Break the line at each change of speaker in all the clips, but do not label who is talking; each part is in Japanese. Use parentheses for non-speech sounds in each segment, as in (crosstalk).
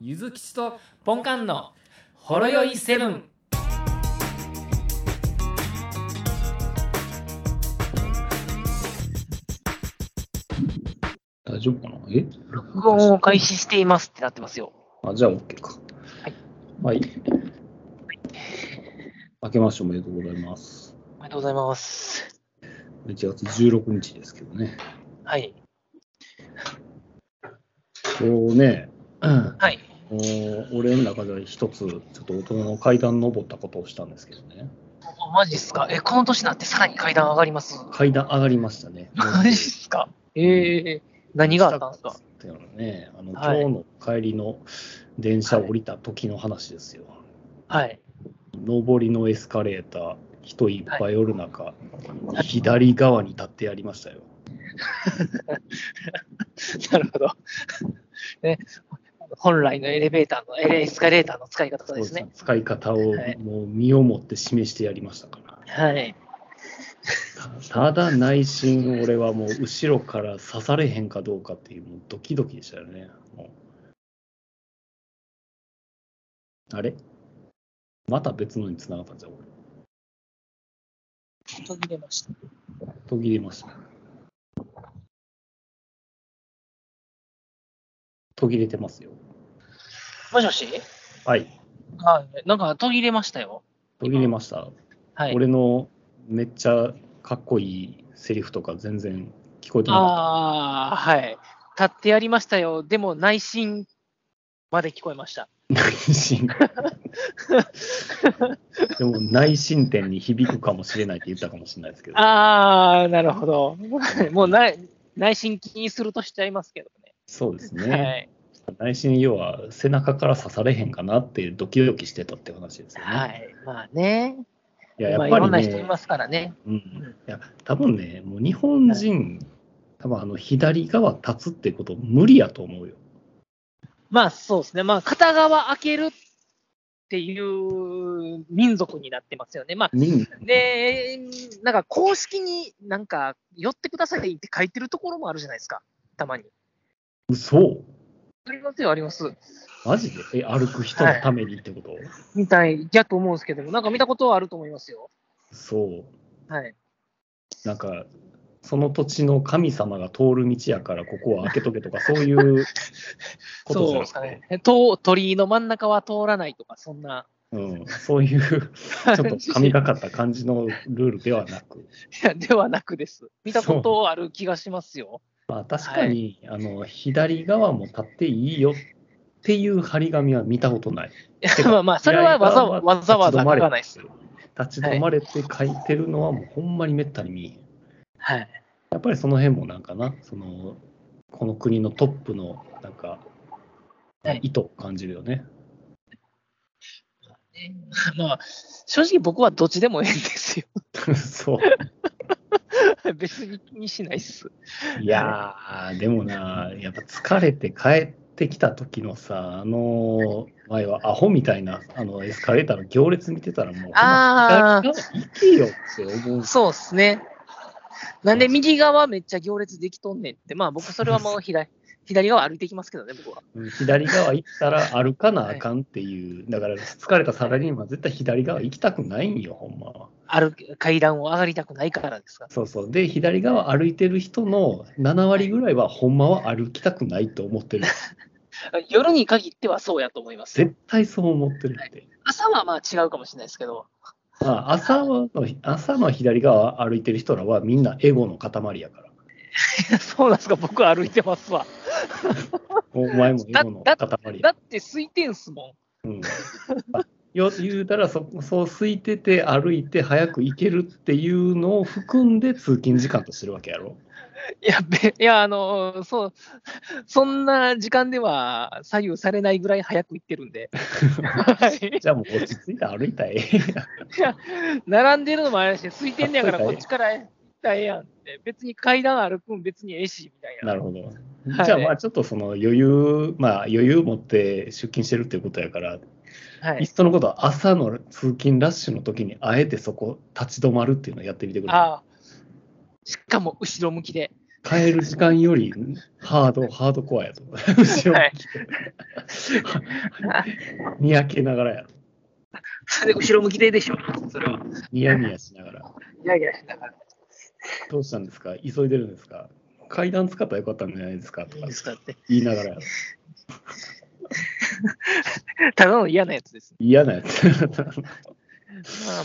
ゆずきちとポンカンのほろよいセブン。
大丈夫かなえ録
録音を開始していますってなってますよ。
あ、じゃあ OK か。はい。はい。明けましておめでとうございます。
おめでとうございます。
1月16日ですけどね。
はい。
こうね、
はい。
もう俺の中では一つ、ちょっと大人の階段登ったことをしたんですけどね。
おマジっすかえ、この年になってさらに階段上がります
階段上がりまし
(laughs)
たね。
マジっすかええ何があったんですか
っていうのはね、あの、
はい
今日の帰りの電車を降りた時の話ですよ。
はい。
上りのエスカレーター、人いっぱいおる中、左側に立ってやりましたよ。
なるほど。ね、本来のエレベーターの、エレエスカレーターの使い方ですね。
使い方を
はい
もう身をもって示してやりましたから。
はい。
ただ内心、俺はもう後ろから刺されへんかどうかっていう、もうドキドキでしたよね。もうあれまた別のに繋がったんじゃん、俺。
途切れました。
途切れました。途切れてますよ。
もしもし
はい。
はい。なんか途切れましたよ。
途切れました。
はい。
俺のめっちゃかっこいいセリフとか全然聞こえてなかった。
ああ、はい。立ってやりましたよ。でも内心まで聞こえました。
内
(laughs)
心でも内心点に響くかもしれないって言ったかもしれないですけど、
ああ、なるほど。 (laughs) もう内内心気にするとしちゃいますけど
そうです
ね。
ね、内心、要は背中から刺されへんかなって、ドキドキしてたって話ですよね。
はい。はい。まあね。
いや、や
まあ、い
っぱ
ろんな
り
人い
ね、
ますからね。
うん、いや多分ね、もう日本人、多分あの左側立つってこと、無理やと思うよ。
まあそうですね。まあ片側開けるっていう民族になってますよね。まあ
民
で、なんか公式になんか寄ってくださいって書いてるところもあるじゃないですか。たまに。
嘘
ありますよ、あります。
マジでえ歩く人のためにってこと、
みたいやと思うんですけども、なんか見たことはあると思いますよ。
そう。
はい。
なんか、その土地の神様が通る道やから、ここは開けとけとか、そう
(laughs)
いうことじゃ
そう
な
で
く
す
て
かね。と鳥居の真ん中は通らないとか、そんな。
うん、そういう、ち
(laughs)
ょっと神がかった感じのルールではなく、
いやではなくです。見たことある気がしますよ。
まあ、確かに、あの左側も立っていいよっていう張り紙は見たことない。
いやまあまあ、それはわざわわざわざではないです。
立ち止まれて書いてるのは、もうほんまにめったに見えへん。
はい。
やっぱりその辺もなんかな、そのこの国のトップのなんか
はい
意図を感じるよね。
まあ、正直僕はどっちでもええんですよ。
(laughs) そう。
別に気にしないっす。
いやー、でもな、やっぱ疲れて帰ってきた時のさ、あのー前はアホみたいなあのエスカレーターの行列見てたらもう、
あー
行けよって思う。
そうっすね。なんで右側めっちゃ行列できとんねんって、まあ僕それはもう左左側歩いていきますけどね、僕は。
左側行っ
(laughs)
たら歩かなあかんっていう、だから疲れたサラリーマンは絶対左側行きたくないんよ、ほんまは。
歩く階段を上がりたくないからですが。
そうそう。で、左側歩いてる人の7割ぐらいは、ほんまは歩きたくないと思ってる。
夜に限ってはそうやと思います。
絶対そう思ってるって。
朝はまあ違うかもしれないですけど、 (laughs)
まあ、朝の朝の左側歩いてる人らはみんなエゴの塊
(laughs)
やから。
そうなんですか、僕は歩いてますわ。
お前もエ
だ
ゴの
だ
塊
だ
や。
って空いてんすもん。
うん、よ言うたらそ、そう空いてて歩いて早く行けるっていうのを含んで通勤時間としてるわけやろ。
いや、べいや、あの、そう、そんな時間では左右されないぐらい早く行ってるん (laughs) で。はい
じゃあもう落ち着いて歩いたい。 (laughs)
並んでるのもあれだし、空いてんねやから
あそう
こ
か
っ
い
ちから行ったらええやんって。別に階段歩くん別にええし、みたいな。
なるほど。
はい
じゃあまあちょっとその余裕、まあ余裕持って出勤してるっていうことやから、
はい
いっそのことは朝の通勤ラッシュの時にあえてそこ立ち止まるっていうのをやってみてくれ。
ああしかも後ろ向きで。
帰る時間よりハード、ハードコア
(laughs)
やと。後ろ
はい
にやけながらやろ。
それで後ろ向きででしょ。それは。
ニヤニヤしながら。
いやいや、だから、
どうしたんですか急いでるんですか階段使ったらよかったんじゃないですかとか
使って。
言いながらやろ。
ただの嫌なやつです。
嫌なやつ。
まあ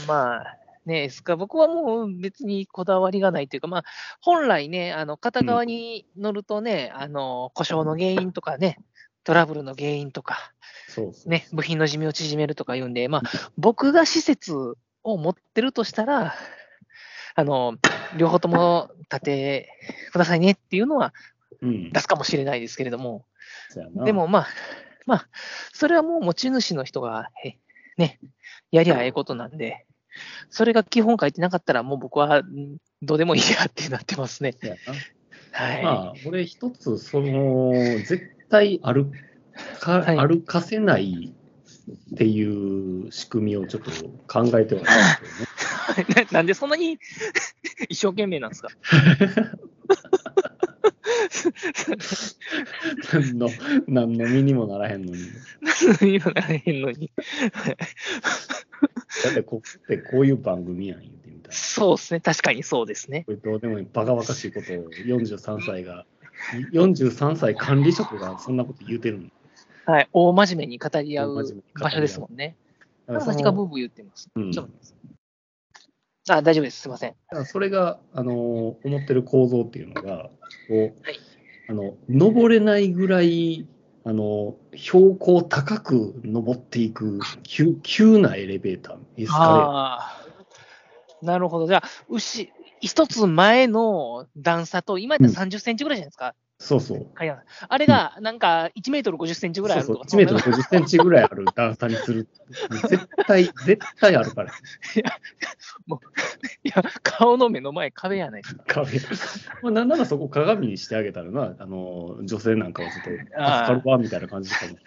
まあ、ね、エスカ、僕はもう別にこだわりがないというか、まあ、本来ね、あの片側に乗るとね、あの故障の原因とかね、トラブルの原因とか、
そうそう。
ね、部品の寿命を縮めるとか言うんで、まあ、僕が施設を持ってるとしたら、あの両方とも立てくださいねっていうのは
うん。
出すかもしれないですけれども、
そうやな
で、もまあ、まあ、それはもう持ち主の人が、えね、やりゃええことなんで、それが基本書いてなかったら、もう僕はんどうでもいいやってなってますね。
そうやな
はい。
まあ、俺一つ、その、絶対歩か、
はい
歩かせないっていう仕組みをちょっと考えてはないんですよね。
(laughs) ななんでそんなに (laughs) 一生懸命なんですか
何の、 (laughs) 何の身にもならへんのに。
言われへんのに。
だって、ここってこういう番組やん、言ってみたら。
そうですね。確かにそうですね。
これどうでもいい、バカバカしいことを43歳が、43歳管理職がそんなこと言うてるの。
はい。大真面目に語り合
大真面目
う
に語り合う
場所ですもんね。
だからそ
私がブー
の
ブー言ってます。
うん
そうなんですあ、大丈夫です。すいません。
だからそれが、あの、思ってる構造っていうのが、こう、
はい
あの、登れないぐらい、あの、標高高く登っていく急、急なエレベーター、エスカ
ああ、なるほど。じゃあ、牛、一つ前の段差と、今やったら30センチぐらいじゃないですか。
レーター。そうそう。
階段あれが、なんか、1メートル50センチぐらいあるとか。
そうそう1メート
そん
ル
な
50センチぐらいある段差にする。絶対、絶対あるから。
いや、顔の目の前、壁やないですか。
壁。まあ、なんならそこ鏡にしてあげたらな、あの、女性なんかはちょっと、助かるわ、みたいな感じかもし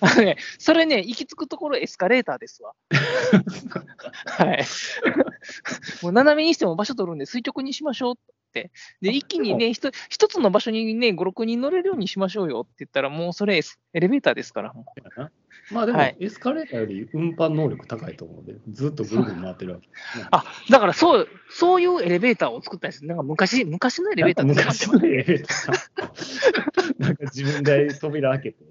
あのね、それね、行き着くところエスカレーターですわ。
(laughs)
はい。もう斜めにしても場所取るんで、垂直にしましょうって。で、一気にね、ひと一つの場所にね、5、6人乗れるようにしましょうよって言ったら、もうそれエスエレベーターですから。もう
れない。まあでも
はい、
エスカレーターより運搬能力高いと思うので、ずっとぐるぐる回ってるわけ。
あ、だからそう、そういうエレベーターを作ったんです。なんか昔、昔のエレベーター
なん
って
か
使って
昔
ます
のエレベーター。 (laughs) なんか自分で扉開けて、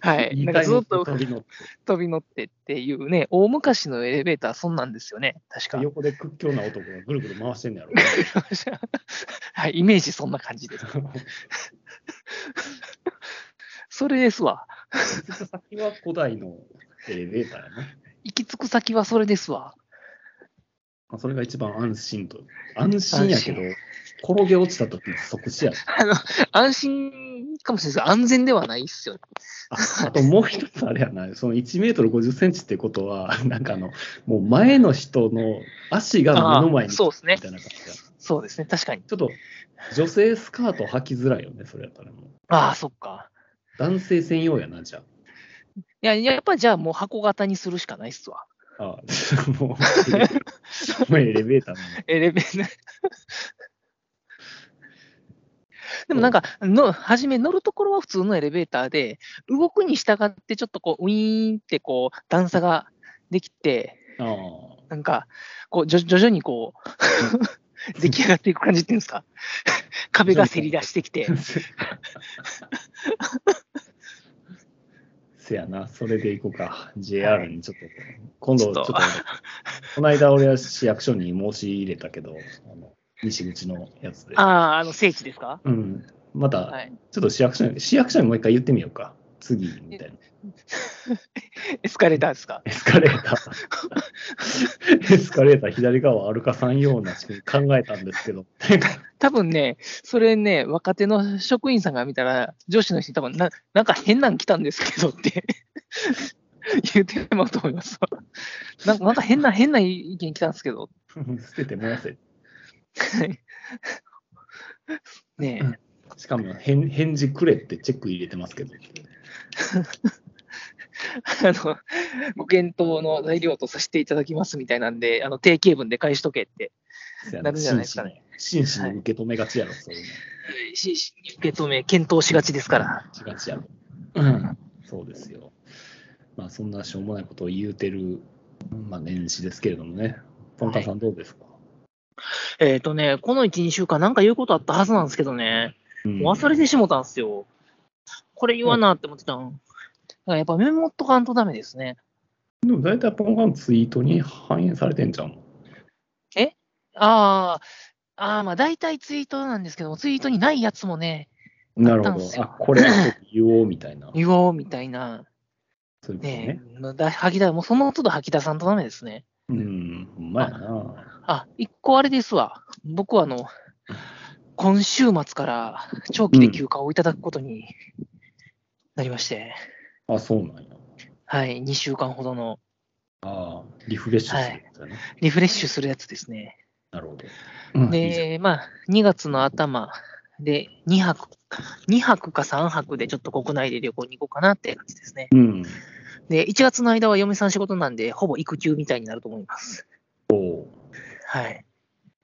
はい。ない
い
んか
タイミ
ず
ン
っ
グで
と
飛び乗って、
飛び乗ってっていうね、大昔のエレベーター、そんなんですよね。確か。
横で屈強な男がぐるぐる回してんのやろ。
(laughs) はい、イメージそんな感じ
(laughs)
です。それですわ。
先は古代のエレベーターやね。
行き着く先はそれですわ。
まあ、それが一番安心と。安心やけど、転げ落ちた時の即死や。
あの、安心かもしれないです。安全ではないっすよね。
あ (laughs) あともう一つあれやな、その1メートル50センチってことは、 (laughs) なんかあの、もう前の人の足が目の前
あ
に
ー
来
そうです
たみ
ね。
たいな感じや。ち
そうですね。確かに。
ょっと女性スカート履きづらいよね、それやったらもう。
ああ、そっか。
男性専用やな、じゃ
いや、やっぱじゃあもう箱型にするしかないっすわ。
あ。ああ (laughs) も
(laughs)
う、もうエレベーターなんだ
エレベーター。でもなんかの、初め乗るところは普通のエレベーターで、動くに従ってちょっとこう、ウィーンってこう、段差ができて、
ああ。
なんか、こう、じょ徐々にこう、出来上がっていく感じっていうんですか。 (laughs) 壁がせり出してき
(laughs)
て。
せやな、それで行こうか。JR にちょっと、今度ちょっと、この間俺は市役所に申し入れたけど、あの西口のやつで。
ああ、あの、聖地ですか
うん。また、
はい。
ちょっと市役所に、市役所にもう一回言ってみようか。次、みたいな。
エスカレーターですか
エスカレーター。エ (laughs) スカレーター左側歩かさんような仕組み考えたんですけど。 (laughs)
多分ね、それね、若手の職員さんが見たら、上司の人多分な、なんか変なん来たんですけどって (laughs) 言ってまうと思いますわなんか、なんか変な、変な意見来たんですけど。
捨てて燃やせ。
ね
うんしかも返、返事くれってチェック入れてますけど。
え、あの、ご検討の材料とさせていただきますみたいなんで、あの、定型文で返しとけって
せや
なるじゃないですかね。
真摯に受け止めがちやろ、そういう
しし受け止め、検討しがちですから。
の。しがちやろ。うん。そうですよ。まあ、そんなしょうもないことを言うてる、まあ、年始ですけれどもね。ポンタンさんどうですか、
えっ、とね、この1、2週間なんか言うことあったはずなんですけどね、
うん
もう忘れてしもたんすよ。これ言わなって思ってたん。だからやっぱメモっとかんとダメですね。
でも大体ポンカンツイートに反映されてんじゃん。
ああ、ああまあ大体ツイートなんですけども、ツイートにないやつもね、
なる
あったん
ほ
す
ど。
よ
あ、これは言おうみたいな。
言おうみたいな、
そういうことね
ね。え、だ吐き出もうその都度吐き出さんとダメですね。
うん、ほんまやな。
あ、一個あれですわ。僕はあの、今週末から長期で休暇をいただくことになりまして、
あ、そうなんや。
はい、2週間ほどの
ああ、リフレッシュするんだね。
リフレッシュするやつですね。
なるほど。うんいいじゃん
で、まあ、2月の頭で2泊、2泊か3泊でちょっと国内で旅行に行こうかなって感じですね。
うん。
で、1月の間は嫁さん仕事なんで、ほぼ育休みたいになると思います。
おう
はい。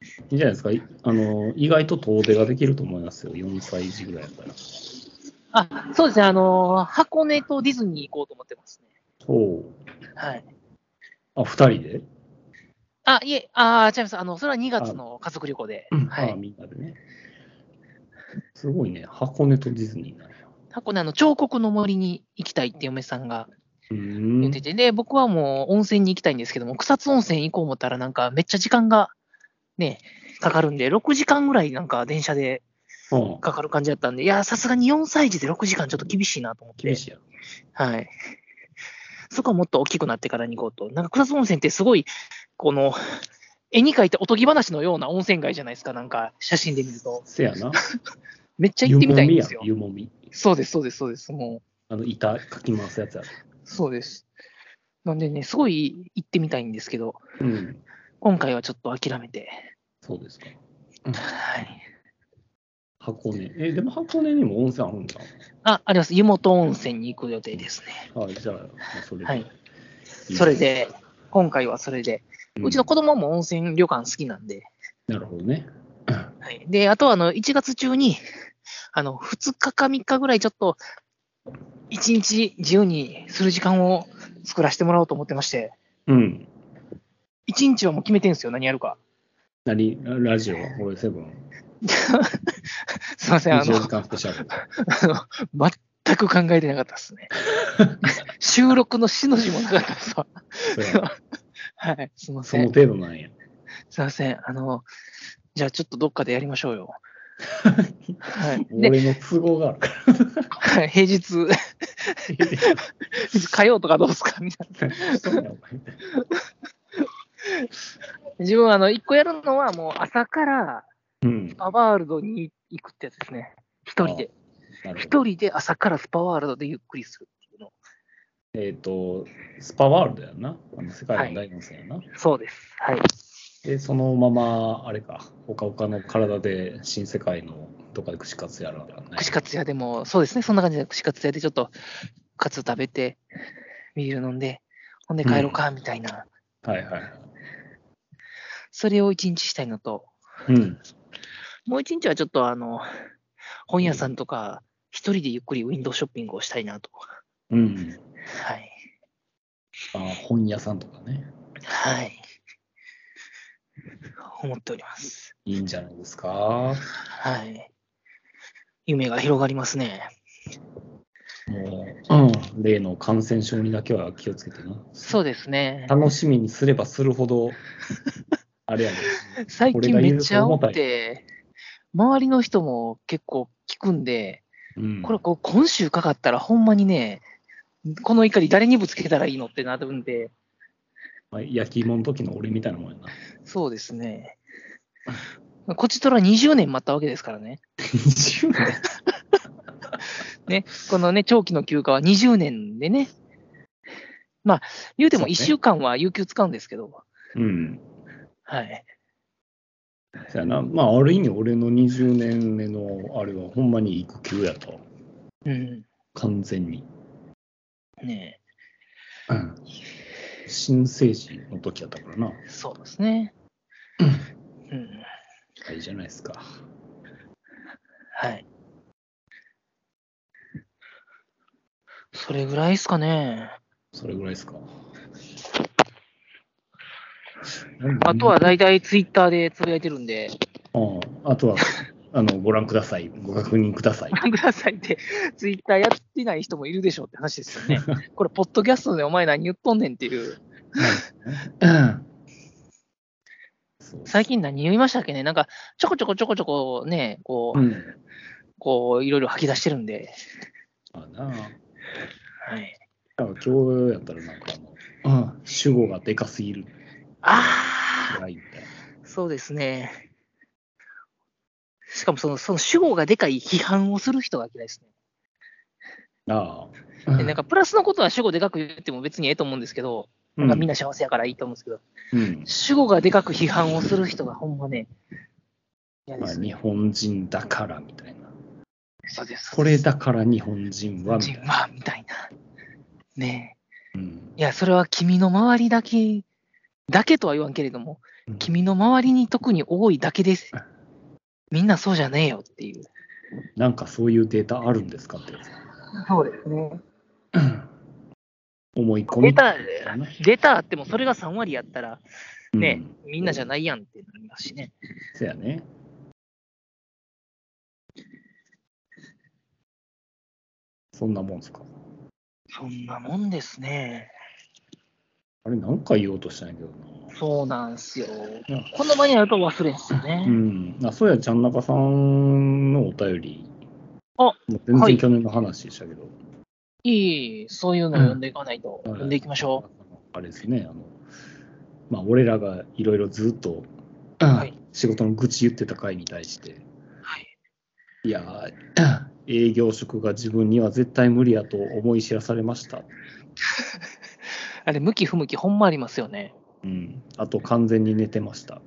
いいんじゃないですか。いあの、意外と遠出ができると思いますよ。4歳児ぐらいだったら。
あ、そうですね、あのー箱根とディズニー行こうと思ってますね。
おう
はい。
あ、2人で
あ、いえ、あー、違います。あの、それは2月の家族旅行で、は
あ
い。
みんなでね。すごいね。箱根とディズニーなんや。
箱根、あの、彫刻の森に行きたいって嫁さんが
う
言っ
ん
て。て、で、僕はもう温泉に行きたいんですけども、草津温泉行こう思ったら、なんかめっちゃ時間がね、かかるんで、6時間ぐらいなんか電車で
うん
かかる感じだったんで、いや、さすがに4歳児で6時間ちょっと厳しいなと思って、
厳しいやろ。
はい。そこはもっと大きくなってからに行こうと。なんか草津温泉ってすごい、この、絵に描いたおとぎ話のような温泉街じゃないですか、なんか写真で見ると。
せやな。
めっちゃ行
湯
ってみ
も
たいん
み
で
や
すよ
ろ、。湯もみ。
そうです、そうです、そうです。もう
あの、板かき回すやつやろ。
そうです。なんでね、すごい行ってみたいんですけど、
うん。
今回はちょっと諦めて。
そうですか。
はい。
箱根。え、でも箱根にも温泉あるんだ。
あ、あります。湯本温泉に行く予定ですね。
はい、じゃあ、まあそれで。
はい
いい
それで、今回はそれで。
うん
うちの子供も温泉旅館好きなんで。
なるほどね。
はい、で、あとはあの、1月中に、あの、2日か3日ぐらいちょっと、1日自由にする時間を作らせてもらおうと思ってまして、
うん。
1日はもう決めてるんですよ、何やるか。
何ラジオ、ホロイセブン。
すいません、あの
24時、間スペシ
(laughs)
ャル。
あの全く考えてなかったです
(laughs)
ね。収録の死の字もなかったですわ。
それは
はい、すいま
そ
せ
の
ん。
程度なんや。
すいません。あの、じゃあちょっとどっかでやりましょうよ。はい、 (laughs) で、
俺の都合があるから。
はい平日、火曜とかどうですかみたい
そうやお前
な。自分はあの、一個やるのはもう朝から
うん
ス。パワールドに行くってやつですね。一人で。
なるほど。
一人で朝からスパワールドでゆっくりするっていうの。
えっと、スパワールドやんな。あの世界の大温泉やな。
そうです。はい。
で、そのまま、あれか、ほかほかの体で新世界のどっかで串カツやらな。
串カツ屋でも、そうですね、そんな感じで串カツ屋でちょっとカツ食べて、ビール飲んで、ほんで帰ろうか、みたいな、
はいはいはい。
それを一日したいのと、
うん。
もう一日はちょっとあの、本屋さんとか、一人でゆっくりウィンドウショッピングをしたいなと。
うん。
はい。
あ本屋さんとかね。
はい。思っております。
いいんじゃないですか。
はい。夢が広がりますね。
もう、うん、例の感染症にだけは気をつけてな。
そうですね。
楽しみにすればするほ
(laughs)
ど、あれやね。
最近めっちゃ煽っ
これが言
て、周りの人も結構聞くんで、
うん、
これこう今週かかったらほんまにね、この怒り誰にぶつけたらいいのってなるんで、
まあ焼き芋の時の俺みたいなもんやな。
そうですね。こちとら20年待ったわけですからね。
20年
ね、このね、長期の休暇は20年でね。まあ、言うても1
そうね
週間は有給使うんですけど、
うん。
はい。
そやな。まあ、ある意味俺の20年目のあれはほんまに育休やと。
うん。
完全に。
ね
うん。新生児の時やったからな。
そうですね。うん。
いいじゃないですか。
はい。それぐらいですかね。
それぐらいですか。
あとは大体ツイッターでつぶやいてるんで、
うんあとは、あの、ご覧ください。ご確認ください
ご。覧くださいって、ツイッターやってない人もいるでしょうって話ですよ
(laughs)
ね。これ、ポッドキャストでお前何言っとんねんっていう。
そう
最近何言いましたっけねなんか、ちょこちょこちょこちょこね、こ
う
う、
ん。
こう、いろいろ吐き出してるんで。
まあな
はい。
だから今日やったらなんかあの、うん、主語がでかすぎる
あ
ぐらいみたい
あ、そうですね。しかもその、その主語がでかい批判をする人が嫌いですね。
な。ああ。
でなんかプラスのことは主語でかく言っても別にええと思うんですけど、
う
なんかみんな幸せやからいいと思うんですけど、
うん
主語がでかく批判をする人がほんまね、嫌で
まあ、
すね。
日本人だからみたいな。
そうです。
これだから日本人はみた
人
いな。
はみたいな。ね
うん
え。いや、それは君の周りだけ、だけとは言わんけれども、
うん
君の周りに特に多いだけです。みんなそうじゃねえよっていう。
なんかそういうデータあるんですかってやつ
そうですね。
思い込
デー
み
タ、
だな
データあってもそれが3割やったら、ね
うん
みんなじゃないやんってなりますしね。
そやね。そんなもんすか。
そんなもんですね。
あれ、何回言おうとしたんやけど
そうなんすよ。
な。
この場にあると忘れんすよね。
うん。あ、そうや、ちゃんなかさんのお便り。
あ
もう全
はい
然去年の話でしたけど。
いい、そういうのを読んでいかないと、
うん
読んでいきましょ
あれですね、あの、まあ、俺らがいろいろずっと、
はい
仕事の愚痴言ってた回に対して、
う。はい。
いやー、営業職が自分には絶対無理やと思い知らされました。
あれ、向き不向き、ほんまありますよね。
うん。あと、完全に寝てました。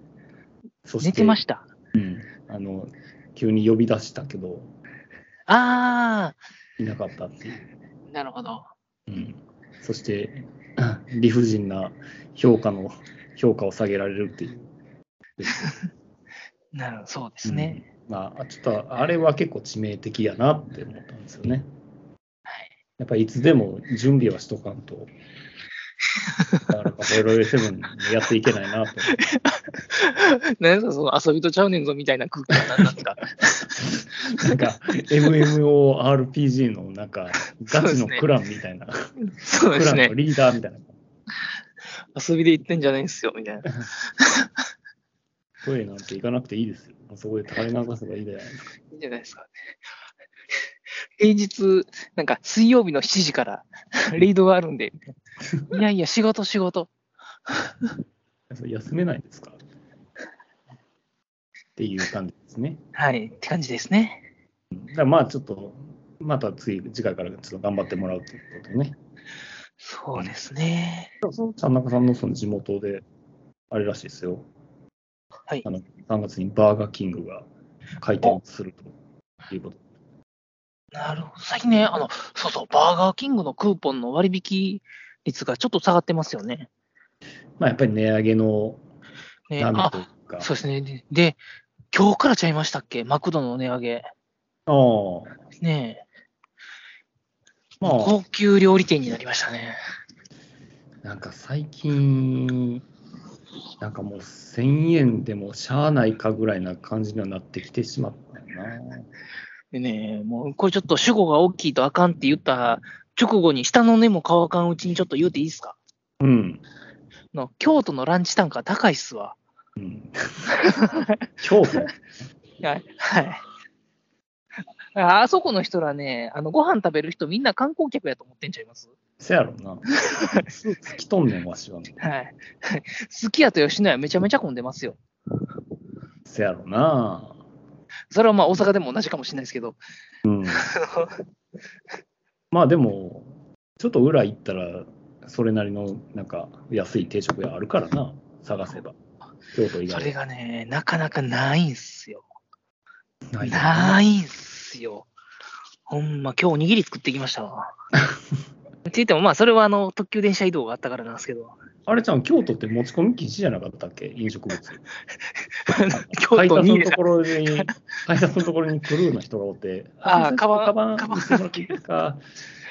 そして、
寝てました。
うん。あの、急に呼び出したけど、
あ
いなかったっていう。
ー、なるほど。
うん、そして、理不尽な評価の評価を下げられるっていう。
なるほど、そうですね。
うんまあ、ちょっとあれは結構致命的やなって思ったんですよね。やっぱりいつでも準備はしとかんと。だからか、ホロイセブンやっていけない
(laughs)
なと。
何ですか、その遊びとちゃうねんぞみたいな空気は何なんですか。
なんか、MMORPG のなんか、ガチのクランみたいな、
(laughs) そうで
クラ
す
ン
ね
の。リーダーみたいな。
遊びで言ってんじゃないんすよ、みたいな。
トイレなんて行かなくていいですよ。そこで垂れ流せばいいじゃないですか。
いいんじゃないですか。 (laughs) 平日、なんか水曜日の7時から、 (laughs) リードがあるんで、いやいや、仕事、仕事。
それ休めないんですかっていう感じですね。
はい、って感じですね。
だからまあちょっと、また次、次回からちょっと頑張ってもらうということでね。
そうですね。
田中さんのその地元で、あれらしいですよ。
はい
あの3月にバーガーキングが開店するということ。
なるほど。最近ね、あの、そうそう、バーガーキングのクーポンの割引率がちょっと下がってますよね。
まあやっぱり値上げの
ね
波
あ
というか。
そうですねで。で、今日からちゃいましたっけマクドの値上げ。
ああ
ねえ、
まあ、
高級料理店になりましたね。
なんか最近、なんかもう1000円でもしゃあないかぐらいな感じにはなってきてしまったよな。
でね、もうこれちょっと主語が大きいとあかんって言った直後に下の根も乾かんうちにちょっと言うていいですか
うん。
の京都のランチ単価高いっすわ。
うん、京都
はい。はいああそこの人らね、あのご飯食べる人みんな観光客やと思ってんちゃいます
せやろな。スーツ着とんねん、わしは。
はい。 (laughs) すき家と吉野家めちゃめちゃ混んでますよ。
せやろな。
それはまあ大阪でも同じかもしれないですけど。
うん。まあでも、ちょっと裏行ったら、それなりのなんか安い定食屋あるからな、探せば。京都以
それ
外
がね、なかなかないんすよ。
ないよな
ないんすよ。ほんま、今日お
(laughs) (laughs)
にぎり作ってきましたわ。って言っても、まあ、それはあの特急電車移動があったからなんですけど、
あれちゃん、京都って持ち込み禁止じゃなかったっけ飲食物。
京都に
配達のところに、配達のところにクルーの人がおって、
あー
カバン、カバン、
カバン
見せてもらっていいですか。 (laughs)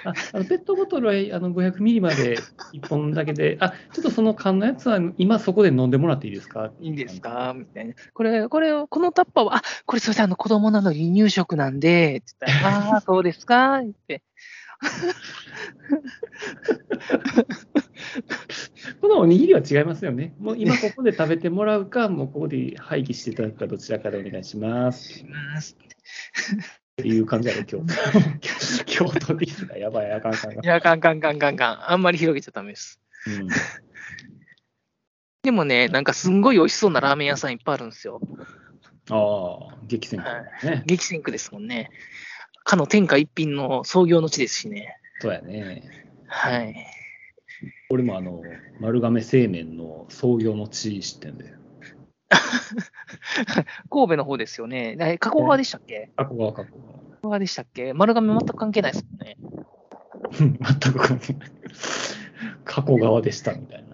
ああのペットボトルはあの500ミリまで1本だけで、あちょっとその缶のやつは今そこで飲んでもらっていいですか
いいんですかみたいな。これ、これ、このタッパーは、あ、これすいません、あの子供なの離乳食なんで、って言
(laughs)
ったら、ああ、そうですかって。
このおにぎりは違いますよね。もう今ここで食べてもらうか、もうここで廃棄していただくか、どちらかでお願いしますっていう感じやろ、京
(laughs)
都。京都でいいですかやばい、あかんあかんあ
いや、ガンガンガンガンガン。あんまり広げちゃダメです。
かん。うん
でもね、なんかすんごい美味しそうなラーメン屋さんいっぱいあるんですよ。
ああ、激戦区ね。
激戦区ですもんね。かの天下一品の創業の地ですしね。
そうやね。
はい。
俺もあの、丸亀製麺の創業の地知ってんで。
神戸の方ですよね。え加古川でしたっけ
あ、ここは、ここ
加古川でしたっけ丸亀全く関係ないですもんね。
は。 (laughs) 全く関係ない。加古川でしたみたいな。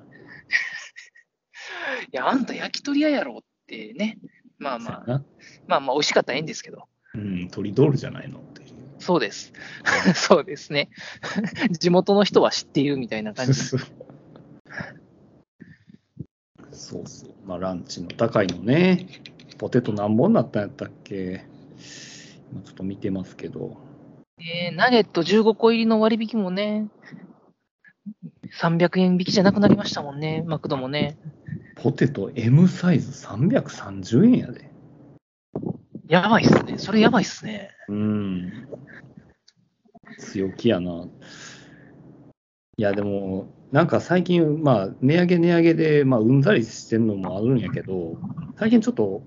いや、あんた焼き鳥屋やろってね。まあまあ
そう、やな
まあまあ、美味しかったらええんですけど。
うん、トリドールじゃないのっていう。
そうです。 (laughs) そうですね。 (laughs) 地元の人は知っているみたいな感じ。
そうそうまあ、ランチの高いのね。ポテト何本なったんやったっけ今ちょっと見てますけど。
ねナゲット15個入りの割引もね、300円引きじゃなくなりましたもんね、マクドもね。
ポテト M サイズ330円やで。
やばいっすね。それやばいっすね。
うん。強気やな。いや、でも、なんか最近、まあ、値上げ値上げで、まあ、うんざりしてるのもあるんやけど、最近ちょっと、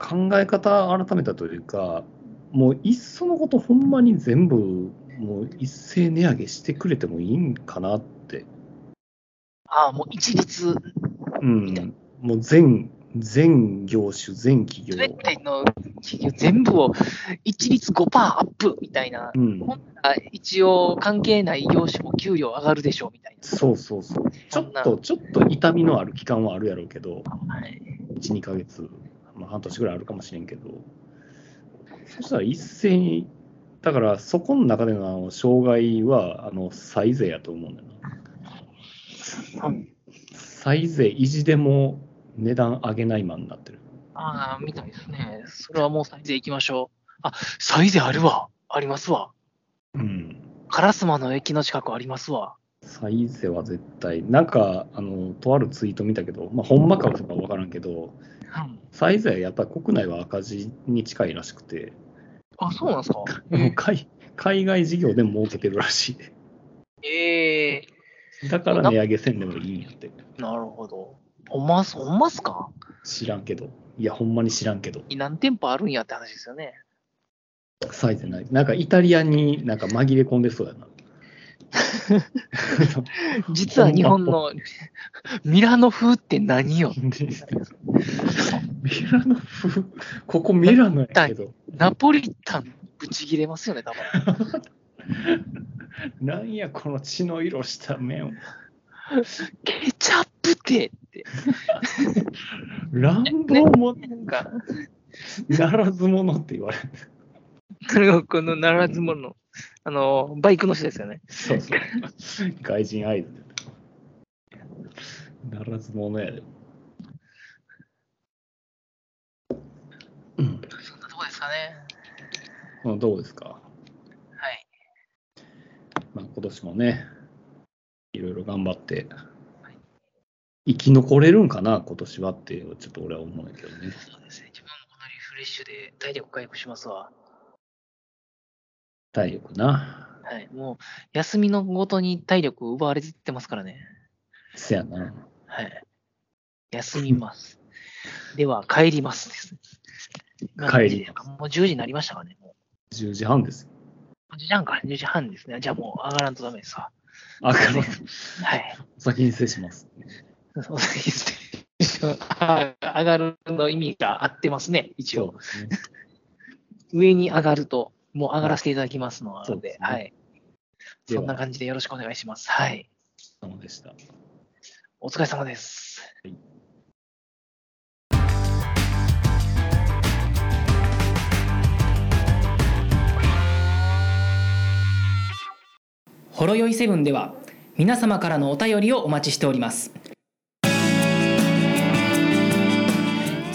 考え方改めたというか、もういっそのこと、ほんまに全部、もう一斉値上げしてくれてもいいんかなって。
ああ、もう一律、
う
みたい
ん。もう全、全業種、全企業
全。体の企業全部を一律5%アップみたいな。
うん。
あ一応関係ない業種も給料上がるでしょうみたい
そうそうそう。ち
そ
ょ
ん
っ
な
と、ちょっと痛みのある期間はあるやろうけど、
な。はい、
1、2ヶ月、まあ、半年ぐらいあるかもしれんけど、そしたら一斉に、だからそこの中でのあの障害は、あの、歳税やと思うんだよな。歳税維持でも値段上げないまんになってる。
ああ、みたいですね。それはもうサイゼ行きましょう。あ、サイゼあるわ。ありますわ。
うん。
カラスマの駅の近くありますわ。
歳税は絶対、なんか、あの、とあるツイート見たけど、まあ、ほんまかとかわからんけ
う
ど、
ん、
歳税はやっぱり国内は赤字に近いらしくて、
あ、そうなんですか。
もう海海外事業でも儲けてるらしいで。
ええ
だから値上げせんでもいいんやって。
なるほど。ほんます、ほんますか
知らんけど。いや、ほんまに知らんけど。
何店舗あるんやって話ですよね。
サイズない。なんかイタリアになんか紛れ込んでそうや (laughs) な。
実は日本のミラノ風って何よ。
ミラノ風ここミラノやけど。
ナポリタンぶち切れますよね、多分。
なんや、この血の色した麺。
ケチャップてって。
乱暴も
なんか、
ならず者って言われる。
このならず者の、あの、バイクの人ですよね。
そうそう。外人アイドル。ならず者やで。う
そ
ん。
んなとこですかね。
まあどうですか、
はい。
まあ、今年もね、いろいろ頑張って、生き残れるんかな、今年はって、ちょっと俺は思うんだけどね。
そうですね。自分もこのリフレッシュで体力回復しますわ。
体力な。
はい。もう、休みのごとに体力奪われてますからね。
せやな。
はい。休みます。では、帰りますです。
帰り
ます。もう10時になりましたかね。も
10時半です。
う10時半か、10時半ですね。じゃあもう上がらんとダメですわ。
あ、
(laughs)
か
ね
ら
はい。
(laughs) 先に失礼します。
そうですねあ上がるの意味が合ってますね、一応。
ですね。
上に上がると、もう上がらせていただきますの
そう
で、
ですね
はい。
で
そ
は
んな感じでよろしくお願いします。はい。
どうもでした。
お疲れ様です。
ほろよいセブンでは皆様からのお便りをお待ちしております